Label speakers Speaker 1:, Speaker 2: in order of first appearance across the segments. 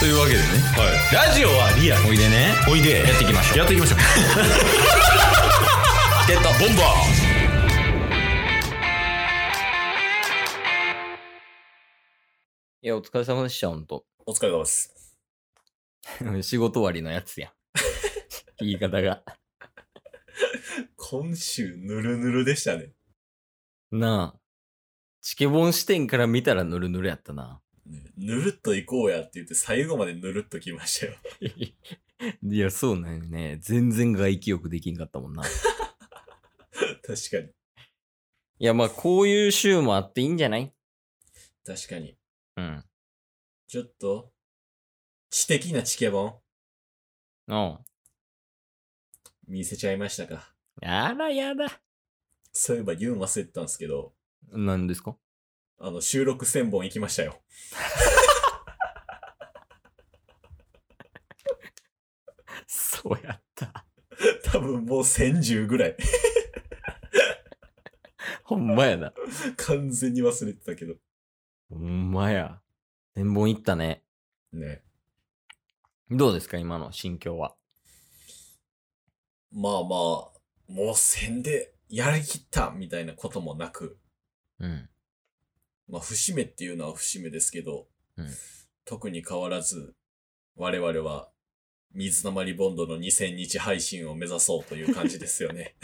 Speaker 1: というわけでね
Speaker 2: はい。ラジオはリアル。
Speaker 1: おいでね
Speaker 2: おいで。
Speaker 1: やっていきましょう
Speaker 2: やってい きましょう。
Speaker 1: ゲットボンバーいやお疲れ様でしたほんと
Speaker 2: お疲れ様です。
Speaker 1: 仕事終わりのやつや ん言い方が
Speaker 2: 今週、ぬるぬるでしたね。
Speaker 1: なあチケボン視点から見たらヌルヌルやったな
Speaker 2: ねぬるっと行こうやって言って、最後までぬるっと来ましたよ。
Speaker 1: いやそうなんよね全然外気浴できんかったもんない
Speaker 2: 確かに。
Speaker 1: やまあこういう週もあっていいんじゃない
Speaker 2: 確かに。
Speaker 1: うん
Speaker 2: ちょっと、知的なチケボン、
Speaker 1: おう
Speaker 2: 見せちゃいましたか。
Speaker 1: やだやだ
Speaker 2: そういえば言うん忘れてたんですけど、
Speaker 1: 何ですか
Speaker 2: あの、収録1000本行きましたよ。
Speaker 1: そうやった
Speaker 2: 多分もう1010ぐらい。
Speaker 1: ほんまやな
Speaker 2: 完全に忘れてたけど。
Speaker 1: ほんまや。千本いったね。
Speaker 2: ね。
Speaker 1: どうですか今の心境は。
Speaker 2: まあまあ、もう1000でやりきったみたいなこともなく、
Speaker 1: うん。
Speaker 2: まあ、節目っていうのは節目ですけど、
Speaker 1: うん
Speaker 2: 特に変わらず、我々は、水溜りボンドの2000日配信を目指そうという感じですよ ね。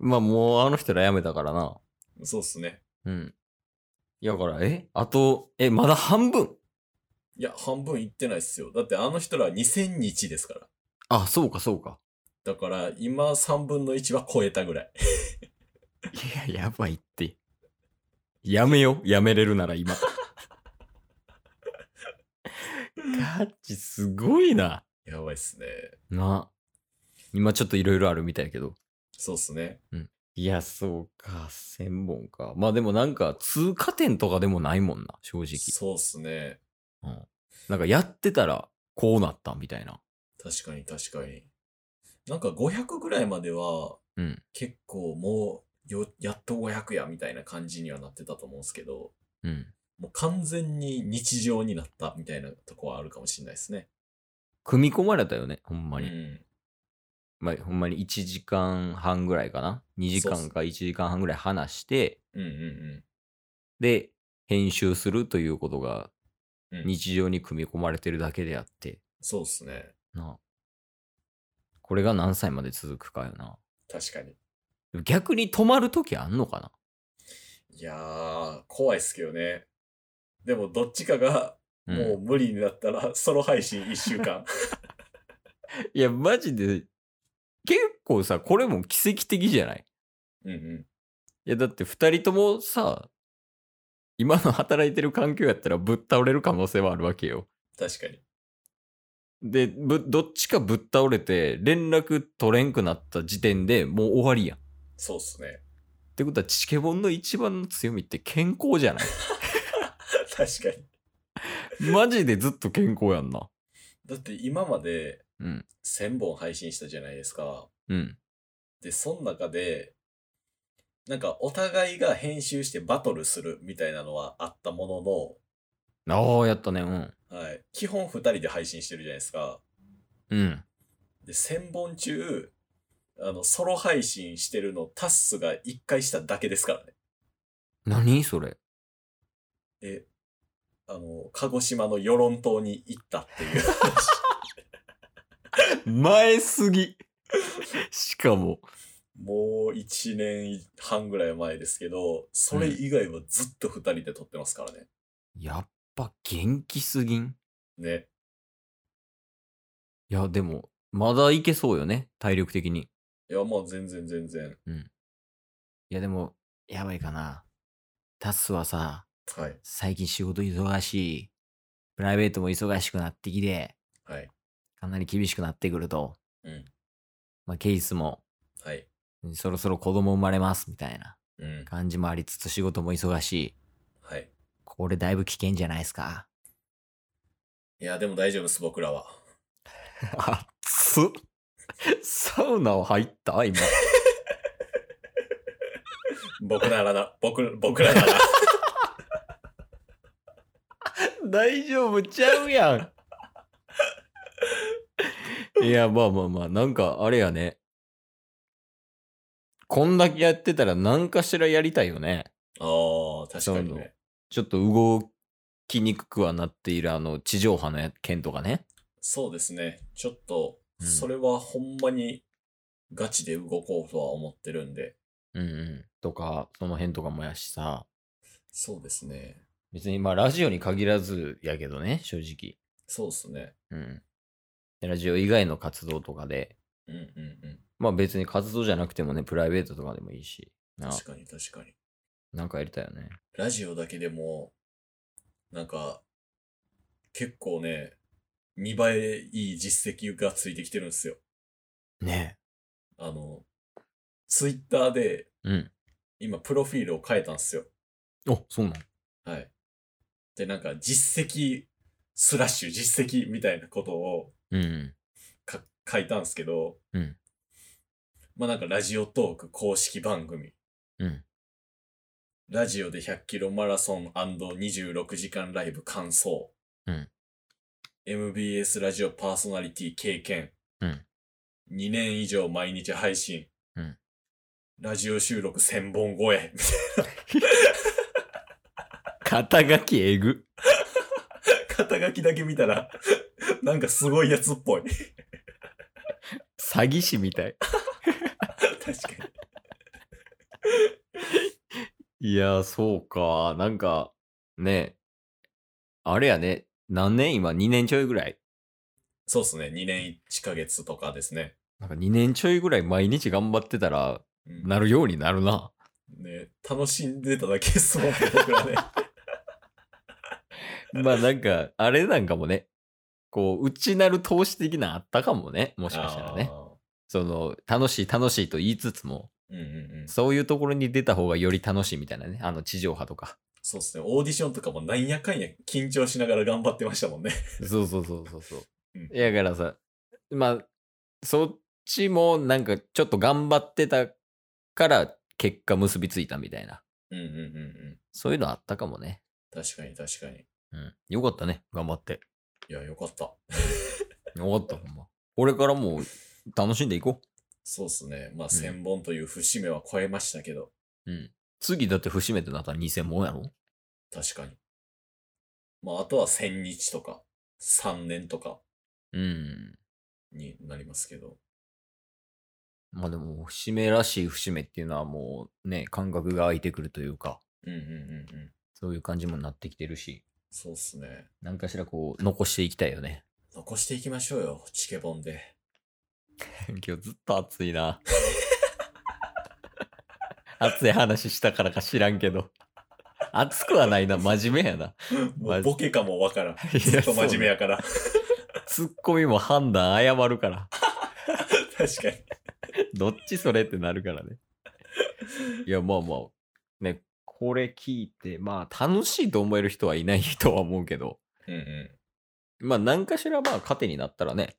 Speaker 1: まあもうあの人らやめたからな。
Speaker 2: そうっすね。
Speaker 1: うん。いやだから、えあと、え、まだ半分
Speaker 2: いや、半分いってないっすよ。だってあの人らは2000日ですから。
Speaker 1: あ、そうかそうか。
Speaker 2: だから、今3分の1は超えたぐらい。
Speaker 1: いや、やばいって。やめよ。やめれるなら今。ガチすごいな。
Speaker 2: やばいっすね。
Speaker 1: な。今ちょっといろいろあるみたいやけど。
Speaker 2: そうっすね。
Speaker 1: いや、そうか。千本か。まあでもなんか通過点とかでもないもんな、正直。
Speaker 2: そうっすね。
Speaker 1: なんかやってたらこうなったみたいな。
Speaker 2: 確かに確かに。なんか500ぐらいまでは、
Speaker 1: うん。
Speaker 2: 結構もう、よ、やっと500やみたいな感じにはなってたと思うんですけど、
Speaker 1: うん。
Speaker 2: もう完全に日常になったみたいなとこはあるかもしれないですね。
Speaker 1: 組み込まれたよね、ほん
Speaker 2: う
Speaker 1: まに。
Speaker 2: ん。
Speaker 1: まあ、ほんまに1時間半ぐらいかな。2時
Speaker 2: そうっ
Speaker 1: 間
Speaker 2: す
Speaker 1: か1時間半ぐらい話して、
Speaker 2: うんうん
Speaker 1: で、編集するということが
Speaker 2: うん。うん、
Speaker 1: 日常に組み込まれてるだけであって、
Speaker 2: そうっすね。
Speaker 1: なあこれが何歳まで続くかよな。
Speaker 2: 確かに。
Speaker 1: でも逆に止まるときあんのかない
Speaker 2: やー、怖いっすけどね。でも、どっちかが、
Speaker 1: ん
Speaker 2: もう無理になったら、ソロ配信1週間。
Speaker 1: いや、マジで、結構さ、これも奇跡的じゃない
Speaker 2: うんうん。
Speaker 1: いや、だって二人ともさ、今の働いてる環境やったらぶっ倒れる可能性はあるわけよ。
Speaker 2: 確かに。
Speaker 1: で、ぶどっちかぶっ倒れて、連絡取れんくなった時点でもう終わりやん。っ
Speaker 2: そうっすね。
Speaker 1: てことは、チケボンの一番の強みって健康じゃない
Speaker 2: 確かに。
Speaker 1: マジでずっと健康やんな。
Speaker 2: だって、今まで
Speaker 1: うん。
Speaker 2: 1000本配信したじゃないですか。
Speaker 1: うん。
Speaker 2: で、その中で、なんか、お互いが編集してバトルするみたいなのはあったものの、
Speaker 1: ああ、やったね。うん。
Speaker 2: はい。基本二人で配信してるじゃないですか。
Speaker 1: うん。
Speaker 2: で、1000本中、あの、ソロ配信してるのタッスが1回しただけですからね。
Speaker 1: 何それ。
Speaker 2: え、あの、鹿児島の与論島に行ったって いう話。
Speaker 1: 前すぎ。しかも。
Speaker 2: もう1年半ぐらい前ですけど、それ以外はずっと二人で撮ってますからね。
Speaker 1: やっぱ元気すぎん
Speaker 2: ね。
Speaker 1: いや、でも、まだいけそうよね。体力的に。
Speaker 2: いや、まあ全然全然。
Speaker 1: いや、でも、やばいかな。タスはさ、
Speaker 2: はい。
Speaker 1: 最近仕事忙しい。プライベートも忙しくなってきて、
Speaker 2: はい。
Speaker 1: かなり厳しくなってくると。
Speaker 2: うん。
Speaker 1: まあ、ケイスも、
Speaker 2: はい。
Speaker 1: そろそろ子供生まれます、みたいな
Speaker 2: うん。
Speaker 1: 感じもありつつ、仕事も忙しい。
Speaker 2: はい。
Speaker 1: これだいぶ危険じゃないですか。
Speaker 2: いや、でも大丈夫です、僕らは。
Speaker 1: あつっ。サウナを入った今。
Speaker 2: 僕ならな、僕、僕らなら。
Speaker 1: 大丈夫ちゃうや ん。いや、まあまあまあ、なんかあれやね。こんだけやってたら何かしらやりたいよね。
Speaker 2: ああ、確かにね。
Speaker 1: ちょっと動きにくくはなっているあの地上波のや件とかね。
Speaker 2: そうですね。ちょっと、
Speaker 1: うん
Speaker 2: それはほんまにガチで動こうとは思ってるんで。
Speaker 1: うんうん。とか、その辺とかもやしさ。
Speaker 2: そうですね。
Speaker 1: 別にまあラジオに限らずやけどね、正直。
Speaker 2: そうですね。
Speaker 1: うん。でラジオ以外の活動とかで、
Speaker 2: うんうん
Speaker 1: まあ別に活動じゃなくてもね、プライベートとかでもいいし。
Speaker 2: うん。
Speaker 1: な
Speaker 2: 確かに確かに。
Speaker 1: なんかやりたいよね。
Speaker 2: ラジオだけでも、なんか、結構ね、見栄えいい実績がついてきてるんですよ。
Speaker 1: ね
Speaker 2: あの、ツイッターで
Speaker 1: うん。
Speaker 2: 今プロフィールを変えたんですよ。
Speaker 1: あ、そうなの
Speaker 2: はい。で、なんか実績スラッシュ実績みたいなことを
Speaker 1: うん。
Speaker 2: か書いたんですけど、
Speaker 1: うん
Speaker 2: まあなんかラジオトーク公式番組。
Speaker 1: うん。
Speaker 2: ラジオで100キロマラソン &26 時間ライブ感想。
Speaker 1: うん。
Speaker 2: MBS ラジオパーソナリティ経験。
Speaker 1: うん。
Speaker 2: 2年以上毎日配信。
Speaker 1: うん。
Speaker 2: ラジオ収録1000本超え。
Speaker 1: 肩書きえぐ。
Speaker 2: 肩書きだけ見たら、 なんかすごいやつっぽい。
Speaker 1: 詐欺師みたい。
Speaker 2: 確かに。
Speaker 1: いやー、そうか。なんか、ねあれやね。何年今 ?2 年ちょいぐらい。
Speaker 2: そうっすね。2年1ヶ月とかですね。
Speaker 1: なんか2年ちょいぐらい毎日頑張ってたら、
Speaker 2: うん
Speaker 1: なるようになる な。
Speaker 2: ね、楽しんでただけっすもんね、僕ら ね。
Speaker 1: まあなんか、あれなんかもね。こう、内なる投資的なあったかもね。も
Speaker 2: も
Speaker 1: しかしたらね。。その、楽しい楽しいと言いつつも、
Speaker 2: うんうんうん。
Speaker 1: そういうところに出た方がより楽しいみたいなね。あの、地上波 とか。
Speaker 2: そうですね。オーディションとかもなんやかんや緊張しながら頑張ってましたもんね。
Speaker 1: そうそうそうそうそう
Speaker 2: うん。
Speaker 1: いやだからさ、まあ、そっちもなんかちょっと頑張ってたから結果結びついたみたいな。
Speaker 2: うんうんうんうん。
Speaker 1: そういうのあったかもね。
Speaker 2: 確かに確かに。
Speaker 1: うん。よかったね。頑張って。
Speaker 2: いや、よかった。
Speaker 1: よかった、ほんま。これからも楽しんでいこう。
Speaker 2: そうですね。まあ、千本という節目は超えましたけど、
Speaker 1: 次だって節目ってなったら2000もんやろ
Speaker 2: 確かに。まあ、あとは千日とか、三年とか
Speaker 1: うん。
Speaker 2: になりますけど。
Speaker 1: まあでも、節目らしい節目っていうのはもうね、感覚が空いてくるというか、
Speaker 2: うんうんうんうん。
Speaker 1: そういう感じもなってきてるし、
Speaker 2: そうっすね。
Speaker 1: 何かしらこう、残していきたいよね。
Speaker 2: 残していきましょうよ、チケボンで。
Speaker 1: 今日ずっと暑いな。 暑い話したからか知らんけ ど。暑くはないな、真面目やな。
Speaker 2: も
Speaker 1: マ
Speaker 2: う
Speaker 1: ジ
Speaker 2: ボケかもわからん。
Speaker 1: や
Speaker 2: ずっと真面目やから。
Speaker 1: ツッコミも判断誤るから。
Speaker 2: 確かに。
Speaker 1: どっちそれってなるからね。いや、まあまあ、ね、これ聞いて、まあ楽しいと思える人はいないとは思うけど、
Speaker 2: うんうん。
Speaker 1: まあ何かしらまあ糧になったらね、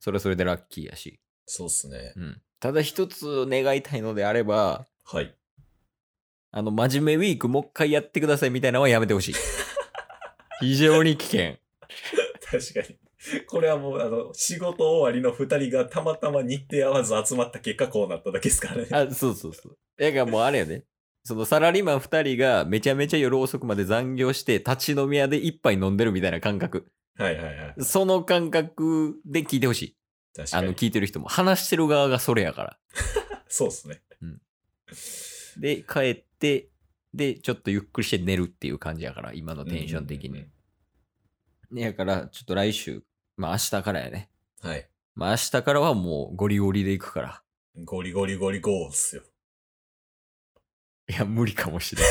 Speaker 1: それはそれでラッキーやし。
Speaker 2: そうっすね。
Speaker 1: うん。ただ一つ願いたいのであれば、
Speaker 2: はい。
Speaker 1: あの、真面目ウィークもう一回やってくださいみたいなのはやめてほしい。非常に危険。
Speaker 2: 確かに。これはもう、あの、仕事終わりの二人がたまたま日程合わず集まった結果こうなっただけですからね。
Speaker 1: あ、そうそうそう。だからもうあれやね。そのサラリーマン二人がめちゃめちゃ夜遅くまで残業して立ち飲み屋で一杯飲んでるみたいな感覚。
Speaker 2: はいはいはい。
Speaker 1: その感覚で聞いてほしい。
Speaker 2: 確
Speaker 1: あ
Speaker 2: か
Speaker 1: の、
Speaker 2: に。
Speaker 1: 聞いてる人も。話してる側がそれやから。
Speaker 2: そうですね。
Speaker 1: うんで、帰って、で、ちょっとゆっくりして寝るっていう感じやから、今のテンション的
Speaker 2: うんう
Speaker 1: に
Speaker 2: ん。
Speaker 1: ねやから、ちょっと来週、まあ明日からやね。
Speaker 2: うん。はい。
Speaker 1: まあ明日からはもうゴリゴリで行くから。
Speaker 2: ゴリゴリゴリゴーっすよ。
Speaker 1: いや、無理かも しれない。